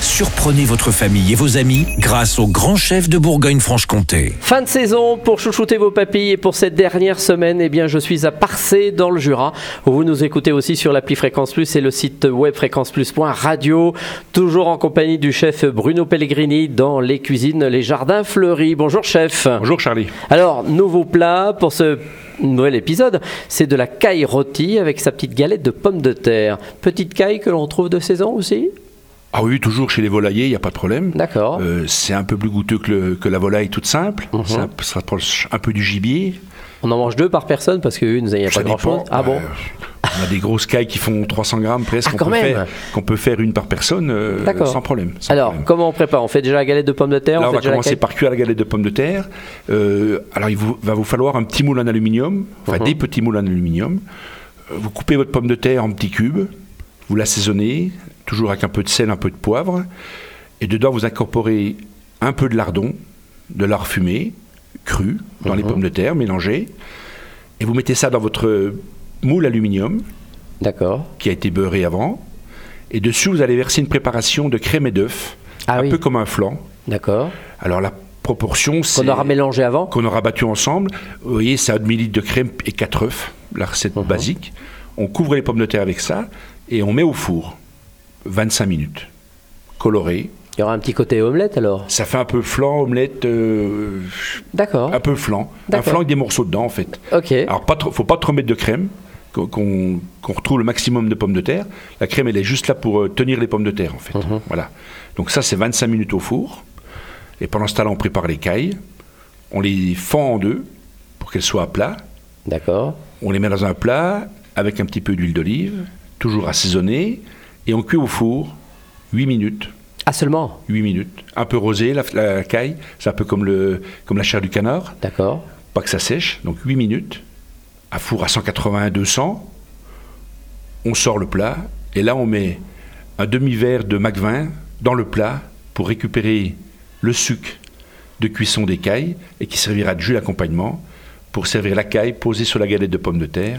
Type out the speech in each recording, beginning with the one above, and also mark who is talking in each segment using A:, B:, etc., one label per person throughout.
A: Surprenez votre famille et vos amis grâce au grand chef de Bourgogne-Franche-Comté.
B: Fin de saison pour chouchouter vos papilles et pour cette dernière semaine, eh bien, je suis à Parcé dans le Jura. Vous nous écoutez aussi sur l'appli Fréquence Plus et le site web fréquenceplus.radio. Toujours en compagnie du chef Bruno Pellegrini dans les cuisines, les jardins fleuris. Bonjour chef.
C: Bonjour Charlie.
B: Alors, nouveau plat pour ce nouvel épisode, c'est de la caille rôtie avec sa petite galette de pommes de terre. Petite caille que l'on retrouve de saison aussi
C: Ah oui, toujours chez les volaillers, il n'y a pas de problème.
B: D'accord.
C: Euh, c'est un peu plus goûteux que, le- que la volaille toute simple.
B: Mhm.
C: Ça se rapproche un peu du gibier.
B: On en mange deux par personne parce que une, il n'y a
C: Ça
B: pas grand
C: dépend.
B: chose. Ah bon
C: Euh, on a des grosses cailles qui font 300 grammes presque.
B: Ah,
C: qu'on
B: quand
C: peut
B: même.
C: faire- Qu'on peut faire une par personne euh,
B: D'accord.
C: sans problème. sans
B: Alors,
C: problème.
B: comment on prépare On fait déjà la galette de pommes de terre
C: Là, on
B: fait
C: va
B: déjà
C: commencer
B: la
C: par cuire la galette de pommes de terre. Euh, alors, il vous- va vous falloir un petit moule en aluminium, enfin
B: Mhm.
C: des petits moules en aluminium. Euh, Vous coupez votre pomme de terre en petits cubes, vous l'assaisonnez, toujours avec un peu de sel, un peu de poivre, et dedans, vous incorporez un peu de lardon, de lard fumé, cru, dans les pommes de terre, mélangé, et vous mettez ça dans votre moule aluminium
B: D'accord.
C: qui a été beurré avant, et dessus, vous allez verser une préparation de crème et d'œuf,
B: Ah
C: un
B: oui.
C: peu comme un flan.
B: D'accord.
C: Alors la proportion, c'est
B: Qu'on aura mélangé avant
C: qu'on aura battu ensemble. Vous voyez, c'est 1 demi-litre de crème et 4 œufs, la recette
B: Uh-huh.
C: basique. On couvre les pommes de terre avec ça et on met au four 25 minutes, coloré.
B: Il y aura un petit côté omelette alors
C: Ça fait un peu flan, omelette, euh,
B: D'accord.
C: un peu flan, un
B: D'accord.
C: flan avec des morceaux dedans en fait.
B: Ok.
C: Alors pas trop- faut pas trop mettre de crème. qu'on- Qu'on qu'on retrouve le maximum de pommes de terre. La crème, elle est juste là pour euh, tenir les pommes de terre, en fait. Voilà. Donc ça, c'est 25 minutes au four. Et pendant ce temps-là, on prépare les cailles. On les fend en deux pour qu'elles soient à plat.
B: D'accord.
C: On les met dans un plat avec un petit peu d'huile d'olive, toujours assaisonnée. Et on cuit au four 8 minutes.
B: Ah seulement
C: 8 minutes. Un peu rosé, la, la caille. C'est un peu comme, le, comme la chair du canard
B: D'accord.
C: pas que ça sèche, donc 8 minutes, à four à 180-200, on sort le plat, et là on met un demi-verre de McVin dans le plat pour récupérer le sucre de cuisson des cailles, et qui servira de jus d'accompagnement pour servir la caille posée sur la galette de pommes de terre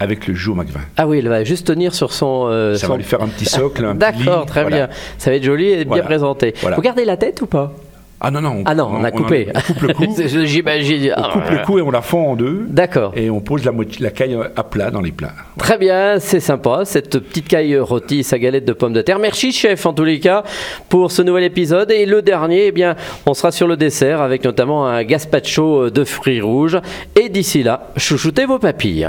C: avec le jus au McVin.
B: Ah oui, elle va juste tenir sur son. euh,
C: Ça
B: son-
C: va lui faire un petit socle, un petit
B: D'accord,
C: lit,
B: très
C: voilà.
B: bien. Ça va être joli et bien
C: Voilà.
B: présenté.
C: Voilà.
B: Vous gardez la tête ou pas
C: Ah non, non, on,
B: Ah non, on, a coupé.
C: on coupe le cou, on
B: J'imagine. Ah.
C: coupe le cou et on la fond en deux,
B: D'accord.
C: et on pose la, moitié- la caille euh, à plat dans les plats.
B: Très bien, c'est sympa, cette petite caille rôtie, sa galette de pommes de terre. Merci chef en tous les cas pour ce nouvel épisode. Et le dernier, eh bien, on sera sur le dessert avec notamment un gazpacho de fruits rouges. Et d'ici là, chouchoutez vos papilles.